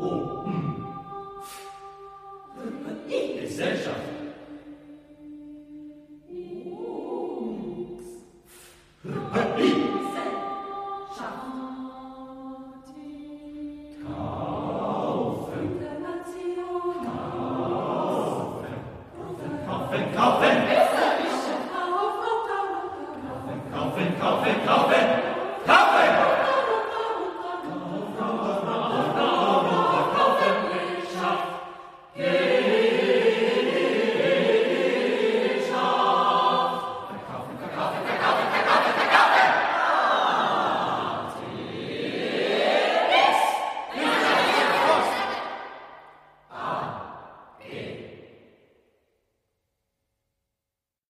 Oh.